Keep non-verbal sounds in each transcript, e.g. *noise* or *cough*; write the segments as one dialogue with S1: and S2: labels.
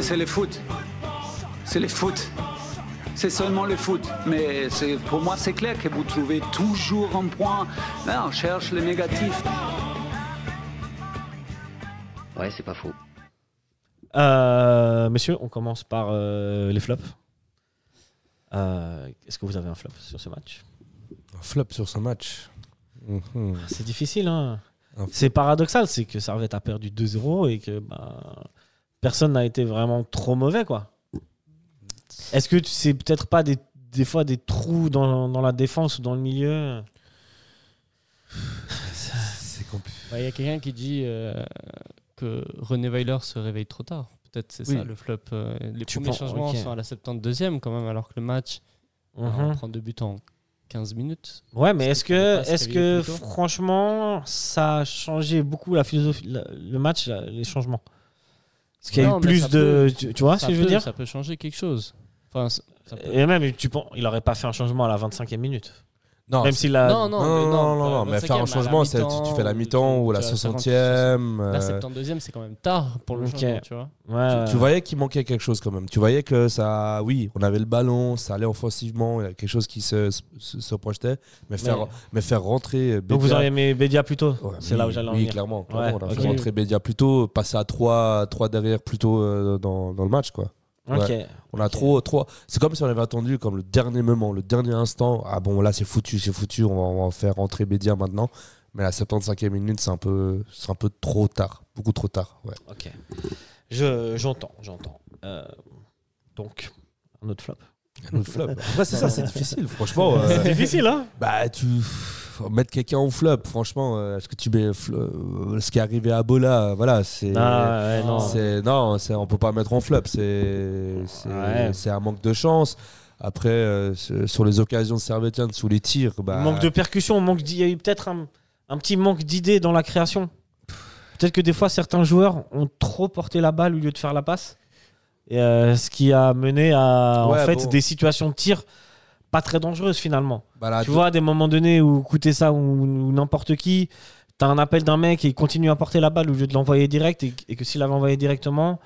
S1: C'est le foot. C'est le foot. C'est seulement le foot. Mais c'est- pour moi, c'est clair que vous trouvez toujours un point. Là, on cherche le négatif.
S2: Ouais, c'est pas faux.
S3: Euh, messieurs, on commence par euh, les flops. Euh, Est-ce que vous avez un flop sur ce match
S4: Un flop sur ce match. Mhm.
S3: C'est difficile. Hein
S4: Un flop.
S3: c'est paradoxal, c'est que Servette a perdu 2-0 et que bah, personne n'a été vraiment trop mauvais. quoi. Est-ce que tu- c'est peut-être pas des, des fois des trous dans, dans la défense ou dans le milieu
S4: C'est compliqué.
S5: Il y a quelqu'un qui dit euh, que René Weiler se réveille trop tard. Peut-être c'est
S3: Oui.
S5: ça le flop. euh, Les
S3: Tu
S5: premiers
S3: penses-
S5: changements
S3: ok.
S5: sont à la 72e quand même, alors que le match, euh, on
S3: Mhm.
S5: prend deux buts en 15 minutes.
S3: Ouais, mais
S5: Parce
S3: est-ce
S5: qu'il fallait
S3: que,
S5: pas se
S3: est-ce que
S5: réveiller plus tôt.
S3: franchement, ça a changé beaucoup la philosophie, la- le match, la- les changements Parce qu'il y a
S5: Non,
S3: eu
S5: mais
S3: plus
S5: ça
S3: de.
S5: peut-
S3: tu, tu vois ce
S5: ça
S3: que je veux
S5: peut-
S3: dire
S5: Ça peut changer quelque chose. Enfin, ça- ça peut-
S3: Et même, tu penses, il aurait pas fait un changement à la 25e minute.
S4: Non,
S3: même
S4: c'est-
S3: s'il a.
S5: non,
S4: non, non,
S5: mais
S4: non,
S5: non,
S4: non,
S5: euh,
S4: mais faire
S5: 25e,
S4: un changement,
S5: à la
S4: c'est tu, tu fais la
S5: mi-temps,
S4: mi-temps
S5: tu-
S4: ou la
S5: tu as
S4: 60e.
S5: 50, 60e.
S4: euh,
S5: La 72e, c'est quand même tard pour le
S3: Ok.
S5: changement, tu vois.
S3: Ouais,
S4: tu, tu voyais qu'il manquait quelque chose quand même. Tu voyais que ça, oui, on avait le ballon, ça allait offensivement, il y a quelque chose qui se, se, se projetait, mais faire,
S3: Mais-
S4: mais... faire rentrer. euh,
S3: Donc vous
S4: Bedia-
S3: auriez aimé Bédia plus tôt
S4: Ouais,
S3: C'est
S4: oui,
S3: là où j'allais en
S4: Oui,
S3: venir.
S4: clairement. clairement,
S3: Ouais,
S4: on a
S3: ok.
S4: fait rentrer Bedia plus tôt, passer à 3, 3 derrière plus tôt euh, dans, dans le match. quoi.
S3: Ok.
S4: On a trop, trop. C'est comme si on avait attendu comme le dernier moment, le dernier instant. Ah bon, là c'est foutu, c'est foutu, on va, on va faire rentrer Bédia maintenant. Mais la 75e minute, c'est un peu, c'est un peu trop tard, beaucoup trop tard.
S3: *laughs*
S4: Ouais.
S3: ok. Je, j'entends, j'entends. Euh, donc, un autre flop.
S4: Un autre flop. Après, c'est ça, c'est difficile, *laughs* franchement.
S3: *laughs*
S4: euh,
S3: difficile, hein
S4: bah, tu faut mettre quelqu'un en flop, franchement. euh, Est-ce que tu mets fl- euh, ce qui est arrivé à Bola, euh, voilà, c'est.
S3: Ah, ouais, non.
S4: C'est non, c'est on peut pas mettre en flop. C'est c'est
S3: Ouais.
S4: c'est un manque de chance. Après, euh, sur sur les occasions de Servetian, sous les tirs, bah,
S3: Manque de percussion, manque d'id- il y a eu peut-être un, un petit manque d'idées dans la création. Peut-être que des fois, certains joueurs ont trop porté la balle au lieu de faire la passe. Et, euh, ce qui a mené à en
S4: Ouais,
S3: fait,
S4: bon.
S3: des situations de tir pas très dangereuses finalement.
S4: bah, la-
S3: Tu vois, à des moments donnés où coûter ça ou, ou n'importe qui, t'as un appel d'un mec et il continue à porter la balle au lieu de l'envoyer direct et, et que s'il l'avait envoyé directement,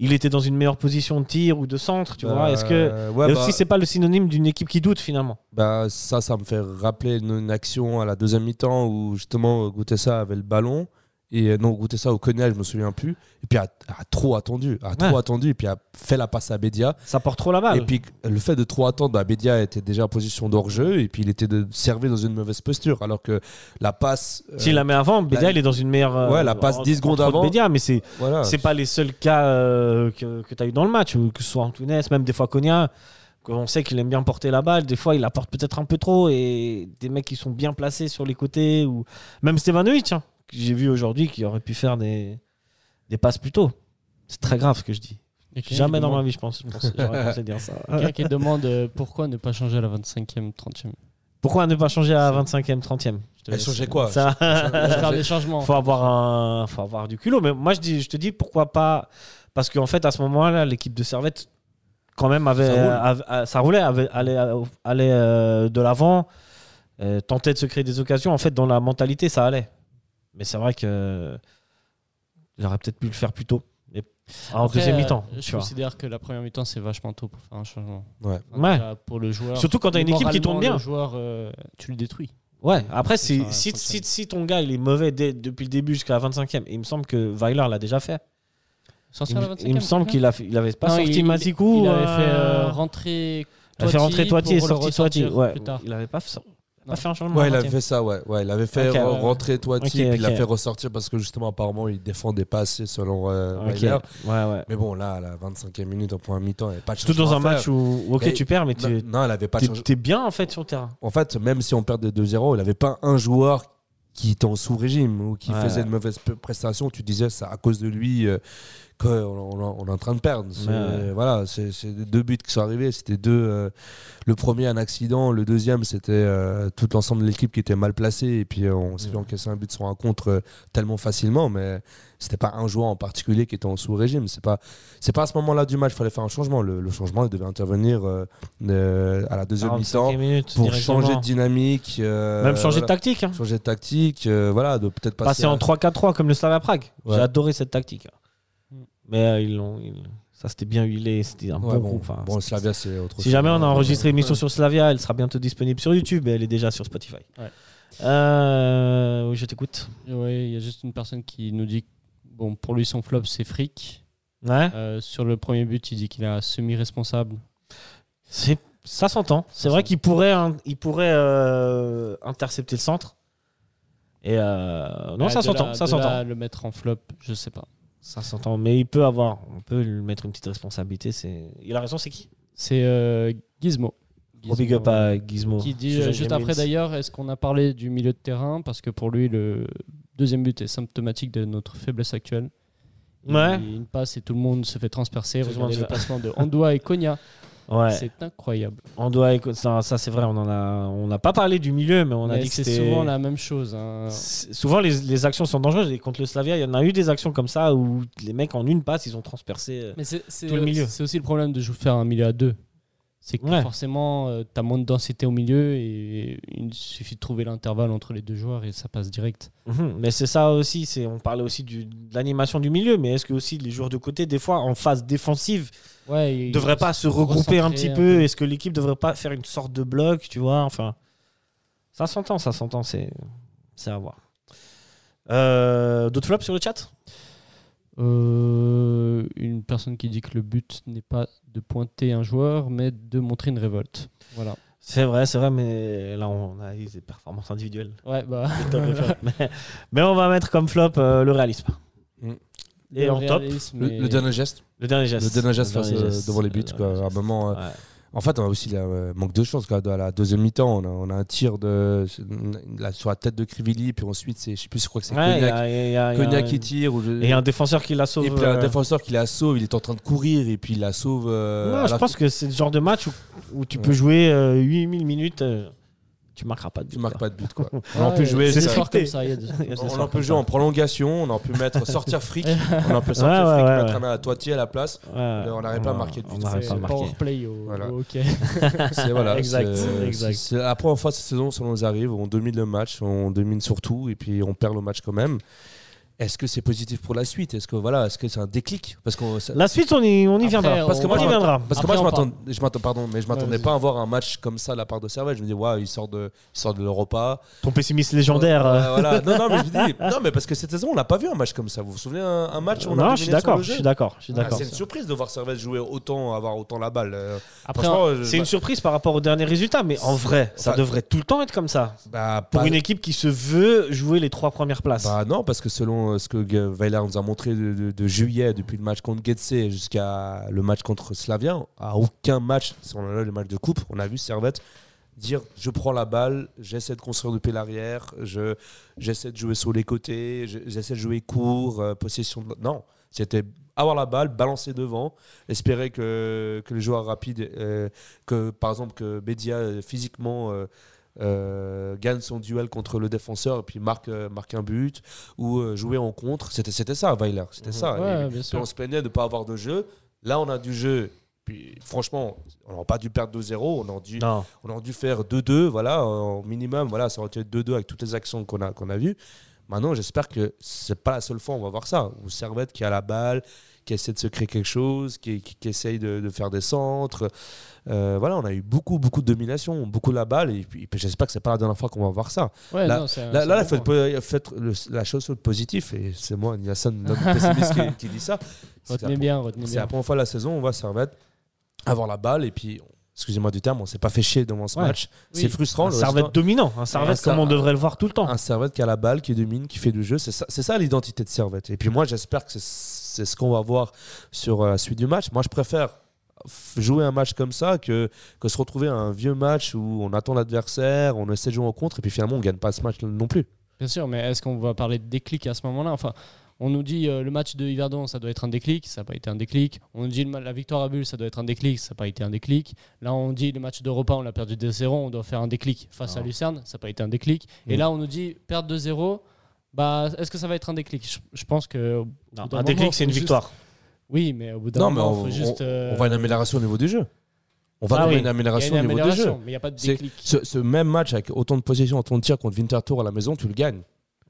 S3: il était dans une meilleure position de tir ou de centre, tu
S4: bah,
S3: vois. Est-ce que.
S4: ouais,
S3: et
S4: bah,
S3: aussi, c'est pas le synonyme d'une équipe qui doute finalement.
S4: bah, ça, ça me fait rappeler une, une action à la deuxième mi-temps où justement ça avait le ballon. Et euh, non, ça au Konya, je me souviens plus. Et puis a, a trop attendu, a trop
S3: Ouais. Ah,
S4: attendu, et puis a fait la passe à Bédia.
S3: Ça porte trop la balle.
S4: Et puis le fait de trop attendre, bah, Bédia était déjà en position d'hors-jeu, et puis il était de, servi dans une mauvaise posture. Alors que la passe. euh,
S3: S'il la met avant, Bédia,
S4: la-
S3: il est dans une meilleure. euh,
S4: Ouais, la passe
S3: en-
S4: 10 secondes
S3: contrôle de
S4: avant.
S3: Bédia, mais c'est
S4: voilà.
S3: c'est pas les seuls cas euh, que, que tu as eu dans le match, ou que ce soit Antunes, même des fois Konya, qu'on sait qu'il aime bien porter la balle, des fois il la porte peut-être un peu trop, et des mecs qui sont bien placés sur les côtés, ou même Stevanovic, hein, que j'ai vu aujourd'hui, qui aurait pu faire des, des passes plus tôt. C'est très grave ce que je dis.
S5: Il y a quelqu'un
S3: Jamais
S5: qui
S3: dans ma
S5: demande-
S3: vie, je pense. je pense- J'aurais pensé dire
S5: *laughs*
S3: ça.
S5: Quelqu'un qui demande euh, pourquoi ne pas changer à la 25e, 30e.
S3: Pourquoi ne pas changer à 25e, 30e
S5: Je te
S4: Elle
S5: laisse,
S4: changeait
S5: euh,
S4: quoi
S3: Ça-
S5: Faire des changements.
S3: faut avoir un faut avoir du culot mais moi je dis je te dis pourquoi pas parce qu'en fait à ce moment là l'équipe de Servette quand même avait
S4: Ça roule.
S3: avait- a- ça roulait avait- allait allait, euh, de l'avant euh, tentait de se créer des occasions en fait dans la mentalité ça allait mais c'est vrai que j'aurais peut-être pu le faire plus tôt mais en
S5: Après,
S3: deuxième
S5: euh,
S3: mi-temps tu
S5: Je
S3: vois.
S5: considère que la première mi-temps, c'est vachement tôt pour faire un changement.
S4: Ouais.
S5: Enfin,
S3: Ouais.
S5: déjà, Pour le joueur.
S3: surtout quand t'as une équipe qui tourne
S5: moralement,
S3: bien
S5: Le joueur, euh, tu le détruis.
S3: ouais après
S5: Ça,
S3: si,
S5: ça
S3: si, si,
S5: fonctionne.
S3: si ton gars il est mauvais dès- depuis le début jusqu'à la 25e et il me semble que Weiler l'a déjà fait Il,
S5: Sortir à la
S3: me-
S5: 25e,
S3: il me semble
S5: c'est
S3: qu'il a fait- il avait pas
S5: Non,
S3: sorti
S5: il-
S3: Masikou.
S5: Il avait fait
S3: euh,
S5: euh, rentrer.
S3: il avait fait rentrer Toiti et
S5: pour le
S3: sorti Toiti.
S5: ressortir
S3: Ouais.
S5: plus tard.
S3: Il avait pas, f- il a pas
S5: Non.
S3: fait un changement.
S4: Ouais, il avait
S3: rentier.
S4: fait ça, ouais. ouais il avait fait
S3: Ah, Ok,
S4: re-
S3: ouais.
S4: rentrer Toiti,
S3: Ok,
S4: puis il l'a
S3: ok.
S4: fait ressortir parce que justement, apparemment, il défendait pas assez selon euh,
S3: Ok.
S4: Weiler.
S3: Ouais, ouais.
S4: Mais bon, là, à la 25e minute, au point mi-temps, il n'y avait pas de
S3: Surtout dans
S4: changement
S3: un
S4: à
S3: match
S4: faire.
S3: où, ok,
S4: Mais-
S3: tu perds, mais tu
S4: Non, non, il avait pas de
S3: t'es-
S4: changement.
S3: t'es bien en fait sur le terrain.
S4: En fait, même si on perdait 2-0, il n'avait pas un joueur qui était en sous-régime ou qui
S3: Ouais.
S4: faisait une mauvaise pe- prestation. Tu disais, c'est à cause de lui euh, qu'on on- on est en train de perdre. C'est-
S3: Ouais.
S4: Voilà, c'est c'est les deux buts qui sont arrivés. C'était deux. euh, le premier, un accident. Le deuxième, c'était euh, tout l'ensemble de l'équipe qui était mal placée. Et puis, euh, on s'est fait encaisser un but sur un contre euh, tellement facilement. Mais c'était pas un joueur en particulier qui était en sous-régime. C'est pas, c'est pas à ce moment-là du match qu'il fallait faire un changement. Le, le changement, il devait intervenir euh, euh, à la deuxième
S3: 45
S4: mi-temps
S3: minutes
S4: pour
S3: directement.
S4: changer de dynamique. euh,
S3: Même changer de
S4: voilà.
S3: tactique. hein.
S4: Changer de tactique, euh, voilà, de peut-être passer,
S3: Passer en
S4: à-
S3: 3-4-3 comme le Slavia Prague.
S4: Ouais.
S5: Mm.
S3: J'ai adoré cette tactique. Mais euh, ils l'ont. ils- Ça, c'était bien huilé. C'était un
S4: Ouais,
S3: bon,
S4: bon,
S3: groupe. hein.
S4: bon, Slavia, c'est autre chose.
S3: Si jamais on a enregistré une émission
S4: Ouais.
S3: sur Slavia, elle sera bientôt disponible sur YouTube et elle est déjà sur Spotify.
S5: Ouais.
S3: Euh, oui, je t'écoute.
S5: Ouais, il y a juste une personne qui nous dit que, bon, pour lui, son flop, c'est fric.
S3: Ouais.
S5: Euh, sur le premier but, il dit qu'il est un semi-responsable.
S3: C'est- Ça s'entend. C'est vrai qu'il pourrait, hein, il pourrait euh, intercepter le centre. Et euh, non,
S5: Ah,
S3: ça
S5: de
S3: s'entend,
S5: là-
S3: ça
S5: de
S3: s'entend,
S5: là à le mettre en flop, je sais pas.
S3: ça s'entend. Mais il peut avoir, on peut lui mettre une petite responsabilité. C'est, il a raison, c'est qui
S5: C'est euh, Gizmo.
S3: Gros big
S5: Gizmo,
S3: up à Gizmo.
S5: Qui
S3: Oh, Ce
S5: dit euh,
S3: jeune
S5: juste
S3: Gremlins.
S5: après d'ailleurs, est-ce qu'on a parlé du milieu de terrain Parce que pour lui, le deuxième but est symptomatique de notre faiblesse actuelle. Il-
S3: Ouais.
S5: Une passe et tout le monde se fait transpercer.
S3: Tout le monde
S5: Regardez
S3: se
S5: le
S3: fait-
S5: placement de Andoua et Konya.
S3: *laughs* Ouais.
S5: C'est incroyable.
S3: On doit éco- ça, ça, c'est vrai. On en a, on n'a pas parlé du milieu, mais on a
S5: Mais
S3: dit que
S5: c'est
S3: c'était
S5: souvent la même chose. hein.
S3: C'est- Souvent, les, les actions sont dangereuses. Et contre le Slavia, il y en a eu des actions comme ça où les mecs, en une passe, ils ont transpercé. euh,
S5: Mais c'est c'est-
S3: Tout le milieu.
S5: c'est aussi le problème de jou- faire un milieu à deux. C'est que
S3: Ouais.
S5: forcément, tu as moins de densité au milieu et il suffit de trouver l'intervalle entre les deux joueurs et ça passe direct.
S3: Mhm. Mais c'est ça aussi, c'est on parlait aussi du, de l'animation du milieu, mais est-ce que aussi les joueurs de côté, des fois en phase défensive,
S5: Ouais, et-
S3: ne devraient pas se regrouper un petit
S5: recentrer un
S3: peu Est-ce que l'équipe devrait pas faire une sorte de bloc, tu vois Enfin, ça s'entend, ça s'entend, c'est c'est à voir. Euh, D'autres flops sur le chat
S5: Euh, une personne qui dit que le but n'est pas de pointer un joueur, mais de montrer une révolte. Voilà.
S3: C'est vrai, c'est vrai, mais là on a eu des performances individuelles.
S5: Ouais,
S4: *laughs*
S5: bah.
S3: C'est top, le flop. mais, mais on va mettre comme flop euh, le réalisme.
S4: Mm.
S3: Et
S5: le
S3: en top,
S5: réalisme
S4: Le,
S5: est-
S4: le dernier geste.
S3: le dernier geste.
S4: Le dernier geste
S3: Le
S4: face,
S3: dernier
S4: euh,
S3: geste.
S4: devant les buts.
S3: Le
S4: quoi.
S3: dernier
S4: À un
S3: geste.
S4: moment, euh,
S3: Ouais.
S4: En fait, on a aussi la, euh, manque de chance. Quoi. Dans la deuxième mi-temps, on a, on a un tir de, là, sur la tête de Crivelli, puis ensuite, c'est- je sais plus, je crois que c'est
S3: Ouais, il y
S4: Cognac,
S3: a- il y a- il y a-
S4: Cognac qui tire. ou je-
S3: Et un défenseur qui la sauve.
S4: Et puis un
S3: euh,
S4: défenseur qui la sauve, il est en train de courir et puis il la sauve. euh,
S3: ouais,
S4: à
S3: je
S4: la-
S3: pense que c'est le genre de match où, où tu
S4: Ouais.
S3: peux jouer euh, 8000 minutes, euh, tu marqueras pas de but.
S4: Tu marques pas de but. Quoi.
S3: On en peut
S5: Ouais,
S3: jouer,
S5: il y a
S3: c'est
S5: des soirs
S3: scripté.
S5: comme ça, il y
S4: *laughs*
S5: a des-
S3: Il y a des
S4: On en
S3: soirs
S4: peut
S3: comme
S4: jouer
S3: ça.
S4: en prolongation, on en peut mettre
S3: *laughs*
S4: sortir fric, on en peut sortir
S3: Ouais, ouais,
S4: fric,
S3: ouais,
S4: mettre
S3: ouais.
S4: un à Toiti à
S3: *laughs*
S4: la place.
S3: Ouais,
S4: on n'arrive pas à marquer de
S3: on
S4: but,
S3: n'arrive
S5: c'est
S3: pas à marquer.
S5: power play au-
S4: Voilà.
S5: au hockey.
S4: C'est voilà.
S3: Exact,
S4: c'est-
S3: exact.
S4: c'est- c'est la première fois cette saison, selon nous arrive, on domine le match, on domine surtout et puis on perd le match quand même. Est-ce que c'est positif pour la suite Est-ce que voilà, est-ce que c'est un déclic Parce qu'on ça-
S3: La suite, on y, on y
S5: Après,
S3: viendra.
S5: Parce
S4: que
S3: on
S4: moi,
S3: y
S4: je
S3: viendra.
S4: parce que moi
S5: Après,
S4: je
S5: on
S4: m'attends, je m'attends, pardon, mais je m'attendais
S5: vas-y.
S4: pas à voir un match comme ça de la part de Servette. Je me dis, waouh, il sort de, il sort de l'Europa.
S3: Ton pessimiste légendaire.
S4: Ouais,
S3: euh,
S4: voilà. Non, non, mais je me dis, non, mais parce que cette saison, on n'a pas vu un match comme ça. Vous vous souvenez un, un match où on a
S3: non,
S4: dominé
S3: je suis
S4: sur le
S3: d'accord.
S4: jeu
S3: Je suis d'accord. Je suis
S4: Ah,
S3: d'accord.
S4: c'est une surprise de voir Servette jouer autant, avoir autant la balle. Euh,
S5: Après,
S4: franchement, euh,
S3: C'est une surprise par rapport au dernier résultat, mais en vrai, ça
S4: Bah-
S3: devrait tout le temps être comme ça.
S4: bah,
S3: Pour
S4: pas-
S3: une équipe qui se veut jouer les trois premières places.
S4: Bah non, parce que selon euh, ce que G- Weiler nous a montré de, de- de juillet, depuis le match contre Getse jusqu'à le match contre Slavia, à aucun match, si on a le match de coupe, on a vu Servette dire je prends la balle, j'essaie de construire depuis l'arrière, je- j'essaie de jouer sur les côtés, je- j'essaie de jouer court, euh, possession de... Non, c'était avoir la balle, balancer devant, espérer que, que les joueurs rapides, euh, que par exemple que Bedia euh, physiquement... euh, euh, gagne son duel contre le défenseur et puis marque, euh, marque un but ou euh, jouer en contre. C'était, c'était ça, Weiler. C'était ça. Et
S5: Mhm. ouais, bien
S4: puis
S5: sûr.
S4: on se plaignait de ne pas avoir de jeu. Là, on a du jeu. Puis, franchement, on n'aurait pas dû perdre 2-0. On aurait dû,
S3: Non.
S4: on aurait dû faire 2-2. Voilà, au minimum. Voilà, ça aurait été 2-2 avec toutes les actions qu'on a, qu'on a vues. Maintenant, j'espère que c'est pas la seule fois où on va voir ça. Ou Servette qui a la balle, qui essaie de se créer quelque chose, qui, qui, qui essaye de, de faire des centres. Euh, voilà, on a eu beaucoup, beaucoup de domination, beaucoup la balle. Et puis, et puis j'espère que c'est pas la dernière fois qu'on va voir ça.
S5: Ouais,
S4: Là-
S5: non, c'est un-
S4: Là,
S5: c'est
S4: là,
S5: un
S4: là,
S5: bon
S4: faites,
S5: point.
S4: po- faites le- la chose sur le positif, et c'est moi, Niasson, l'homme pessimiste qui, qui dit ça. C'est la,
S5: Retenez bien, retenez
S4: c'est la
S5: bien.
S4: première fois de la saison, on va Servette avoir la balle, et puis, excusez-moi du terme, on s'est pas fait chier devant ce
S3: Ouais.
S4: match.
S5: Oui.
S4: C'est frustrant.
S3: Un
S4: le
S3: servette
S4: résultat-
S3: dominant, un servette
S4: ça-
S3: comme on devrait le voir tout le temps.
S4: un Servette qui a la balle, qui domine, qui fait du jeu. C'est ça, c'est ça l'identité de Servette. Et puis moi, j'espère que c'est- c'est ce qu'on va voir sur euh, la suite du match. Moi, je préfère f- jouer un match comme ça que, que se retrouver à un vieux match où on attend l'adversaire, on essaie de jouer en contre, et puis finalement, on gagne pas ce match non plus.
S5: Bien sûr, mais est-ce qu'on va parler de déclic à ce moment-là Enfin, on nous dit euh, le match de Yverdon, ça doit être un déclic, ça n'a pas été un déclic. On nous dit le ma- la victoire à Bulle, ça doit être un déclic, ça n'a pas été un déclic. Là, on dit le match d'Europa, on l'a perdu 2-0, on doit faire un déclic face à
S3: Non.
S5: Lucerne, ça n'a pas été un déclic. Et
S4: Mm.
S5: là, on nous dit perdre 2-0, bah, est-ce que ça va être un déclic je, je pense que. au bout
S3: Non,
S5: d'un
S3: un
S5: moment,
S3: déclic, c'est
S5: faut
S3: une
S5: juste-
S3: victoire.
S5: Oui, mais au bout d'un
S4: Non, mais
S5: moment,
S4: on-
S5: faut juste. euh,
S4: On voit une amélioration au niveau du jeu. On va
S3: Ah
S4: voir
S3: oui,
S4: une
S5: il y a
S4: amélioration
S5: une
S4: au niveau du jeu. *laughs*
S5: amélioration, mais il n'y a pas de
S4: C'est-
S5: déclic.
S4: Ce, ce même match avec autant de possessions, autant de tirs contre Winterthur à la maison, tu le gagnes.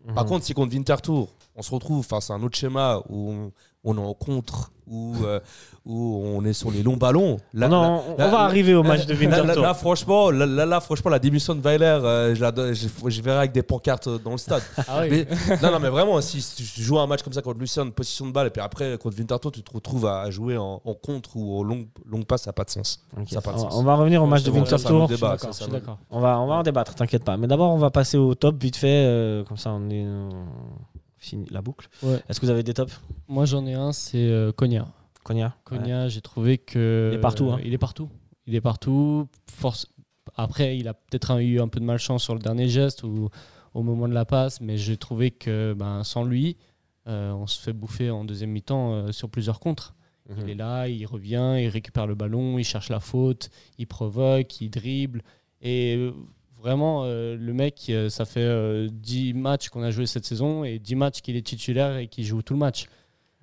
S3: Mhm.
S4: Par contre, si contre Winterthur, on se retrouve face à un autre schéma où on, on est en contre, où, euh, où on est sur les longs ballons. Là,
S3: non,
S4: là-
S3: on- on
S4: là-
S3: va
S4: là-
S3: arriver au match de
S4: là, là, là,
S3: Winterthur.
S4: franchement, là, là, là, franchement, la démission de Weiler, euh, je, la donne- je- je verrai avec des pancartes dans le stade.
S5: Ah oui.
S4: Mais-
S3: *laughs*
S4: non, non, mais vraiment, si tu joues un match comme ça contre Lucerne, position de balle, et puis après, contre Winterthur, tu te retrouves à jouer en, en contre ou en longue, longue passe, ça n'a pas de sens.
S3: Ok.
S4: Ça n'a pas de
S3: On-
S4: sens.
S3: On va revenir au match de
S4: C'est bon, ça, c'est un
S3: Winterthur.
S4: autre débat,
S5: D'accord,
S4: ça,
S5: je
S4: c'est
S5: suis
S4: un autre
S5: d'accord.
S3: On va, on va en débattre, t'inquiète pas. Mais d'abord, on va passer au top vite fait. euh, comme ça, on est on finit la boucle.
S5: Ouais.
S3: Est-ce que vous avez des tops
S5: Moi, j'en ai un, c'est euh, Konya.
S3: Konya Ouais.
S5: Konya, j'ai trouvé que.
S3: Il est partout, hein.
S5: Il est partout. Il est partout. Force... Après, il a peut-être un- eu un peu de malchance sur le dernier geste ou au moment de la passe, mais j'ai trouvé que ben, sans lui, euh, on se fait bouffer en deuxième mi-temps euh, sur plusieurs contres.
S3: Mmh. Mhm.
S5: Il est là, il revient, il récupère le ballon, il cherche la faute, il provoque, il dribble. Et euh, vraiment, euh, le mec, euh, ça fait euh, 10 matchs qu'on a joué cette saison et 10 matchs qu'il est titulaire et qu'il joue tout le match.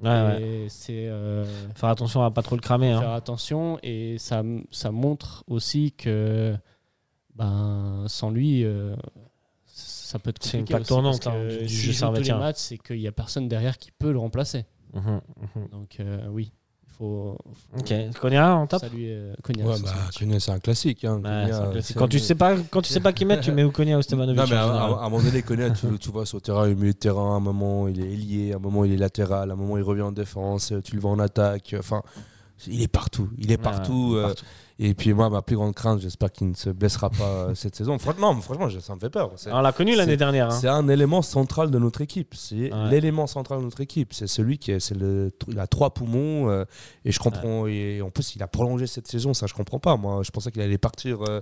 S3: Ouais, ouais.
S5: et c'est. euh,
S3: Faire attention à pas trop le cramer. hein.
S5: faire attention et ça, ça montre aussi que ben, sans lui, euh, ça peut être
S3: C'est
S5: compliqué.
S3: une plaque
S5: aussi,
S3: tournante,
S5: parce que
S3: hein, du- du
S5: s'il
S3: jeu
S5: joue tous les
S3: servetien.
S5: matchs, c'est qu'il n'y a personne derrière qui peut le remplacer.
S3: Mhm, mhm.
S5: Donc euh, oui, il faut, faut
S3: Ok, Konya en top
S5: saluer euh, Konya,
S4: Ouais,
S5: c'est
S4: bah,
S5: ça.
S4: Konya, c'est un classique. hein.
S3: Ouais,
S4: Konya,
S3: c'est un classique.
S4: c'est-
S3: quand tu sais pas quand tu sais pas qui mettre tu mets ou *laughs* Konya ou Stevanovic
S4: Non, mais
S3: en
S4: à, à-
S3: général.
S4: à un moment donné, Konya, tu, tu vois sur le terrain, il milieu de terrain, à un moment il est ailier, à un moment il est latéral, à un moment il revient en défense, euh, tu le vois en attaque. euh, Enfin, il est partout. Il
S3: Ouais,
S4: est partout. euh, et puis, moi, ma plus grande crainte, j'espère qu'il ne se blessera pas euh, *laughs* cette saison. Franchement, non, mais franchement, je- ça me fait peur. C'est-
S3: on l'a connu l'année
S4: c'est-
S3: dernière hein.
S4: C'est un élément central de notre équipe. C'est
S3: Ouais.
S4: l'élément central de notre équipe. C'est celui qui est, c'est le, il a trois poumons. euh, et je comprends. Et en plus, il a prolongé cette saison. Ça, je comprends pas. Moi, je pensais qu'il allait partir. euh,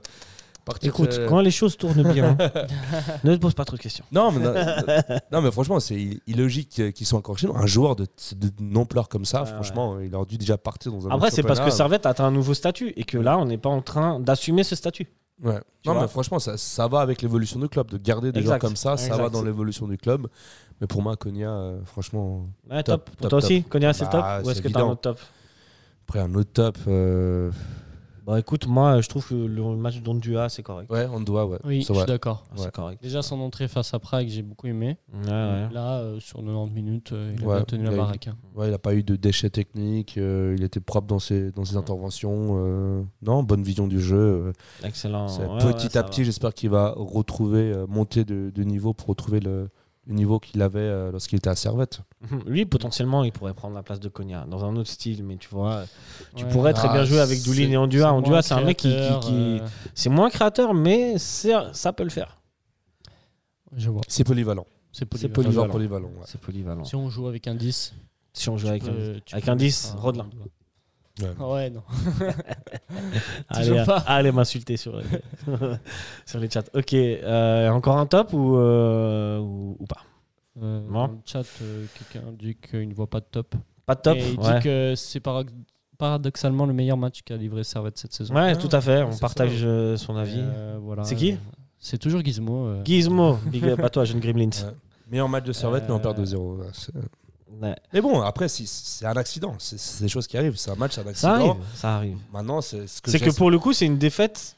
S4: partir
S3: Écoute,
S4: euh,
S3: quand les choses tournent *laughs* bien, ne te pose pas trop de questions.
S4: non, mais, non, *laughs* non, mais franchement, c'est ill- illogique euh, qu'ils soient encore chez nous. Un joueur de, de ampleur comme ça,
S3: Ah Ouais,
S4: franchement, il aurait dû déjà partir dans un.
S3: Après,
S4: autre
S3: c'est parce que
S4: championnat.
S3: Servette a atteint un nouveau statut et que là, on n'est pas en train d'assumer ce statut.
S4: Ouais. Non,
S3: vois.
S4: mais franchement, ça, ça va avec l'évolution du club. De garder des
S3: Exact.
S4: joueurs comme ça, ça
S3: Exact.
S4: va dans l'évolution du club. Mais pour moi, Konya, euh, franchement,
S3: Ouais, top.
S4: Top,
S3: Pour toi
S4: top, top.
S3: aussi, Konya, c'est
S4: Bah,
S3: top Ou est-ce
S4: c'est
S3: que t'as un
S4: évident.
S3: autre top
S4: après un autre top. euh,
S3: Bah écoute, moi, je trouve que le match d'Ondua, c'est correct.
S4: Ouais, on doit, ouais.
S5: Oui,
S4: C'est
S5: je
S4: vrai.
S5: suis d'accord.
S4: Ouais.
S3: C'est correct.
S5: Déjà, son entrée face à Prague, j'ai beaucoup aimé.
S3: Ouais, ouais.
S5: Là, euh, sur 90 minutes, euh, il a
S4: Ouais,
S5: bien tenu la
S4: il a eu-
S5: baraque. hein.
S4: Ouais, il n'a pas eu de déchets techniques, euh, il était propre dans ses, dans ses interventions. euh, non, bonne vision du jeu. euh,
S3: Excellent.
S4: c'est
S3: Ouais, ouais,
S4: petit
S3: ça
S4: à petit,
S3: va.
S4: j'espère qu'il va retrouver, euh, monter de, de niveau pour retrouver le, le niveau qu'il avait euh, lorsqu'il était à Servette.
S3: Mhm. Lui, potentiellement, il pourrait prendre la place de Konya dans un autre style, mais tu vois, tu
S5: Ouais.
S3: pourrais très
S4: Ah,
S3: bien jouer avec Doulin
S4: c'est-
S3: et Ondua. Ondua,
S5: moins
S3: c'est un mec qui. qui-
S5: créateur,
S3: qui-
S5: euh,
S3: C'est moins créateur, mais c'est- ça peut le faire.
S5: Je vois.
S4: C'est polyvalent.
S5: C'est
S3: C'est
S4: C'est un
S5: polyvalent.
S4: joueur
S3: Polyvalent.
S4: polyvalent. ouais.
S3: C'est polyvalent.
S5: Si on joue avec un 10,
S3: Si on joue avec un.
S5: Euh, tu
S3: Avec
S5: peux
S3: un
S5: mettre
S3: 10,
S5: un-
S3: Rodelin.
S4: Ouais.
S5: Ah ouais, non.
S3: Allez,
S5: Toujours pas.
S3: allez m'insulter sur, les- sur les chats. Ok, euh, encore un top ou, euh, ou, ou pas
S5: Euh,
S3: Non.
S5: Dans le chat, euh, quelqu'un dit qu'il ne voit pas de top.
S3: Pas de top
S5: Et il
S3: ouais.
S5: dit que c'est parag- paradoxalement le meilleur match qu'a livré Servette cette saison.
S3: Ouais, tout à fait, on
S4: c'est
S3: partage euh, son avis.
S5: Euh, voilà.
S3: C'est qui
S5: Euh, C'est toujours Gizmo. euh.
S3: Gizmo, big up à toi, jeune Gremlins.
S4: Ouais. Meilleur match de Servette, mais on perd 2-0. ouais, c'est-
S3: Ouais.
S4: Mais bon, après, si- c'est un accident. C'est c'est des choses qui arrivent. C'est un match, c'est un
S3: Ça
S4: accident.
S3: arrive, ça arrive.
S4: Maintenant, c'est ce que
S3: C'est que
S4: j'espère-
S3: pour le coup, c'est une défaite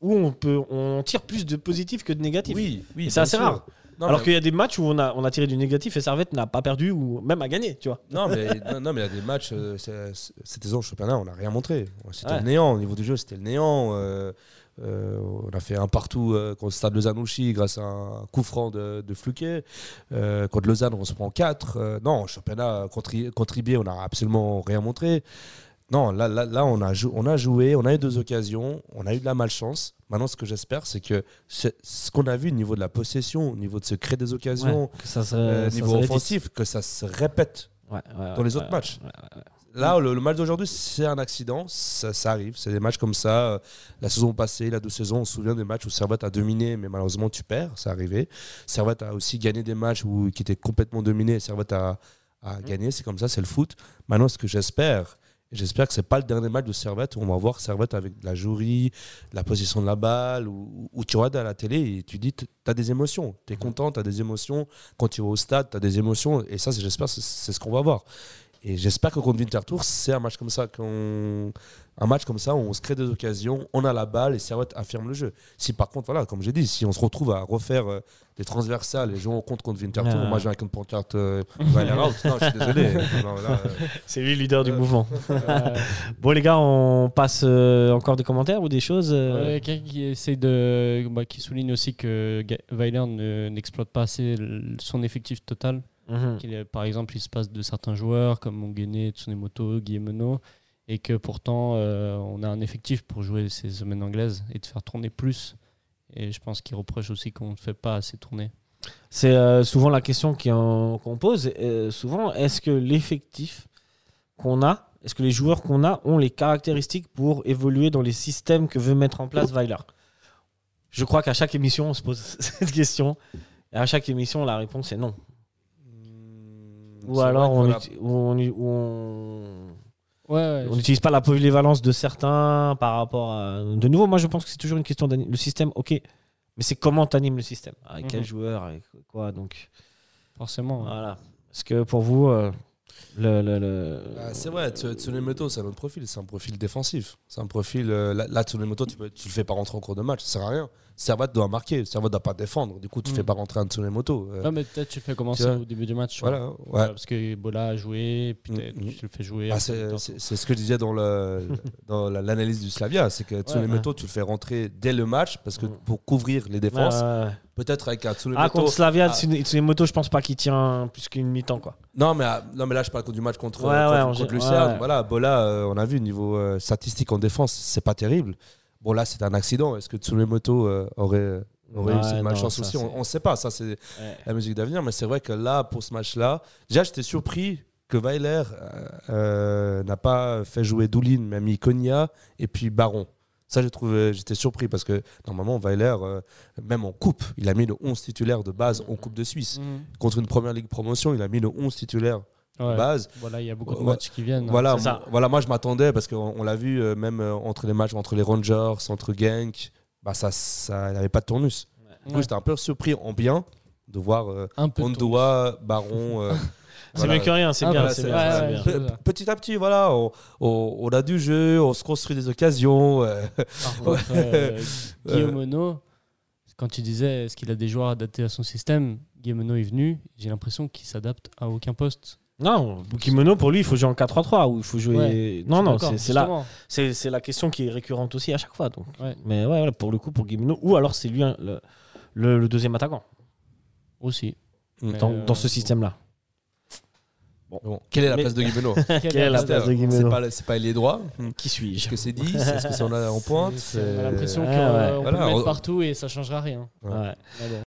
S3: où on, peut, on tire plus de positif que de négatif.
S4: Oui, oui.
S3: Et c'est
S4: bien
S3: assez
S4: sûr.
S3: rare.
S4: Non,
S3: Alors
S4: mais-
S3: qu'il y a des matchs où on a, on a tiré du négatif et Servette n'a pas perdu ou même a gagné, tu vois.
S4: Non mais, non, non, mais il y a des matchs, euh, c'est- c'est- cette saison au championnat, on n'a rien montré. C'était
S3: Ouais.
S4: le néant, au niveau du jeu, c'était le néant. euh, euh, on a fait un partout euh, contre Stade Lozanouchi grâce à un coup franc de, de Fluquet. Euh, contre Lausanne, on se prend 4. non, au championnat, euh, contre, I- contre IB, on n'a absolument rien montré. Non, là, là, là, on, a jou- on a joué, on a eu deux occasions, on a eu de la malchance. Maintenant, ce que j'espère, c'est que ce, ce qu'on a vu au niveau de la possession, au niveau de se créer des occasions,
S3: que ça serait,
S4: au
S3: Euh, ça
S4: niveau
S3: serait
S4: offensif, que ça se répète
S3: dit. Ouais, ouais,
S4: dans les
S3: ouais,
S4: autres matchs.
S3: ouais,
S4: Là, le, le match d'aujourd'hui, c'est un accident, ça, ça arrive. C'est des matchs comme ça. euh, La saison passée, la deux saisons, on se souvient des matchs où Servette a dominé, mais malheureusement, tu perds, c'est arrivé. Servette a aussi gagné des matchs où, qui étaient complètement dominés, et Servette a, a gagné, c'est comme ça, c'est le foot. Maintenant, ce que j'espère, et j'espère que c'est pas le dernier match de Servette où on va voir Servette avec de la jury, de la position de la balle, où, où tu regardes à la télé et tu dis, tu as des émotions, tu es content, tu as des émotions, quand tu vas au stade, tu as des émotions, et ça, c'est- j'espère, c'est- c'est ce qu'on va voir. Et j'espère que contre Winterthur, c'est un match comme ça qu'on un match comme ça où on se crée des occasions, on a la balle et Servette affirme le jeu. Si par contre, voilà, comme j'ai dit, si on se retrouve à refaire euh, des transversales et jouer en contre contre Winterthur,
S3: Ah.
S4: moi j'ai un contre pour carte euh, Ryder House. Non, je suis désolé. Non, là, euh,
S3: C'est lui le leader du
S4: Euh.
S3: mouvement. *laughs* bon, les gars, on passe euh, encore des commentaires ou des choses euh,
S5: Ouais, quelqu'un qui essaie de, bah, qui souligne aussi que Ga- Weiler ne- n'exploite pas assez l- son effectif total.
S3: mhm.
S5: Qu'il est- par exemple, il se passe de certains joueurs comme Monguené, Tsunemoto, Guillemeno, et que pourtant euh, on a un effectif pour jouer ces semaines anglaises et de faire tourner plus. Et je pense qu'il reproche aussi qu'on ne fait pas assez tourner.
S3: C'est euh, souvent la question qui en- qu'on pose. euh, souvent, est-ce que l'effectif qu'on a, est-ce que les joueurs qu'on a ont les caractéristiques pour évoluer dans les systèmes que veut mettre en place Weiler Je crois qu'à chaque émission, on se pose *laughs* cette question. Et à chaque émission, la réponse est non. Ou
S4: Hmm, c'est
S3: alors,
S4: vrai qu'on
S3: on
S4: a-
S3: uti- ou on u- ou on-
S5: Ouais, ouais,
S3: Euh, on n'utilise pas la polyvalence de certains par rapport à. De nouveau, moi, je pense que c'est toujours une question d'anime. Le système, ok. Mais c'est comment tu le système Avec quel
S5: Mhm.
S3: joueur Avec quoi Donc,
S5: forcément. hein. ouais.
S3: voilà. Parce que pour vous, euh, le. le- le-
S4: Ah, c'est vrai, Tsu- Tsunemoto, c'est un autre profil, c'est un profil défensif. C'est un profil. euh, là, là, Tsunemoto, tu, peux, tu le fais pas rentrer en cours de match, ça sert à rien. Servat doit marquer, Servat doit pas défendre, du coup, tu
S5: Mm.
S4: fais
S3: Hmm.
S4: pas rentrer un Tsunemoto. euh,
S5: Non, mais peut-être tu fais commencer
S4: Tu vois.
S5: au début du match.
S4: voilà, hein, ouais.
S5: Ouais, Parce que Ebola a joué, puis t'as-
S4: Mm, mm.
S5: tu le fais jouer.
S4: Ah,
S5: après,
S4: c'est
S5: t'as-
S4: c'est- c'est ce que je disais dans le-
S3: *laughs*
S4: dans la- l'analyse du Slavia, c'est que Tsunemoto, tu le fais rentrer dès le match parce que
S3: Mm.
S4: pour couvrir les
S3: Ouais, ouais,
S4: défenses,
S3: ouais.
S4: peut-être avec un
S3: Ah,
S4: Tsunemoto.
S3: contre Slavia,
S4: ah.
S3: Tsune- Tsunemoto, je pense pas qu'il tient plus qu'une mi-temps, quoi.
S4: non, mais, ah, non, mais là, je parle contre du match contre,
S3: Ouais,
S4: contre-
S3: ouais, en
S4: contre
S3: gé-
S4: Lucerne.
S3: ouais.
S4: Voilà, Bola, euh, on a vu niveau euh, statistique en défense, c'est pas terrible. Bon, là, c'est un accident. Est-ce que Tsunemoto euh, aurait. aurait eu
S3: Ouais,
S4: cette malchance
S3: non, ça,
S4: aussi,
S3: c'est-
S4: on ne sait pas, ça c'est
S3: Ouais.
S4: la musique d'avenir, mais c'est vrai que là, pour ce match-là, déjà j'étais surpris que Weiler euh, euh, n'a pas fait jouer Doulin, mais a mis Konya et puis Baron. Ça, j'ai trouvé, j'étais surpris parce que normalement, Weiler, euh, même en coupe, il a mis le 11 titulaire de base en Coupe de Suisse.
S5: Mm.
S4: Contre une première ligue promotion, il a mis le 11 titulaire
S5: Ouais.
S4: de base.
S5: Voilà, il y a beaucoup de
S4: Ouais.
S5: matchs qui viennent. hein.
S4: Voilà,
S3: c'est ça.
S4: moi- voilà, moi je m'attendais parce qu'on on l'a vu euh, même euh, entre les matchs entre les Rangers, entre Genk, bah ça, ça il n'avait pas de tournus. Du coup,
S5: Ouais.
S4: j'étais un peu surpris en bien de voir euh,
S5: Un peu de
S4: Ondoa, Baron. euh,
S3: C'est
S4: voilà.
S3: mieux que rien, c'est
S5: Ah,
S3: bien.
S5: voilà,
S3: c'est
S4: c'est-
S3: bien,
S5: ouais,
S3: c'est
S5: ouais,
S3: bien.
S5: je-
S4: Pe- Petit à petit, voilà, on, on- on a du jeu, on se construit des occasions. euh,
S5: Par contre, euh, Guillaume Ono, quand il disait est-ce qu'il a des joueurs adaptés à son système, Guillaume Ono est venu. J'ai l'impression qu'il s'adapte à aucun poste.
S3: Non, Kimono, pour lui, il faut jouer en 4-3-3 ou il faut jouer.
S5: Ouais,
S3: non, non,
S5: D'accord,
S3: c'est c'est là.
S5: justement.
S3: C'est c'est la question qui est récurrente aussi à chaque fois. Donc.
S5: Ouais.
S3: Mais ouais, voilà, pour le coup, pour Guimeno, ou alors c'est lui hein, le, le- le deuxième attaquant
S5: Aussi.
S4: Mm.
S5: Mais,
S3: dans,
S5: euh,
S3: dans ce système-là.
S4: Euh, bon, quelle est la
S3: Mais-
S4: place de Guimeno euh,
S5: quelle
S3: est la
S5: adaptation
S3: place de Guimeno
S4: C'est pas, le- c'est pas ailier droit.
S3: Qui
S4: Est-ce
S3: suis-je
S4: que c'est 10 Est-ce que c'est en, en pointe
S5: On a
S4: C'est-
S5: l'impression
S3: Ah Ouais,
S5: qu'on euh,
S3: ouais.
S5: on peut
S4: Voilà,
S5: le
S4: on-
S5: mettre partout et ça changera rien.
S3: Ouais.
S5: Mais bon.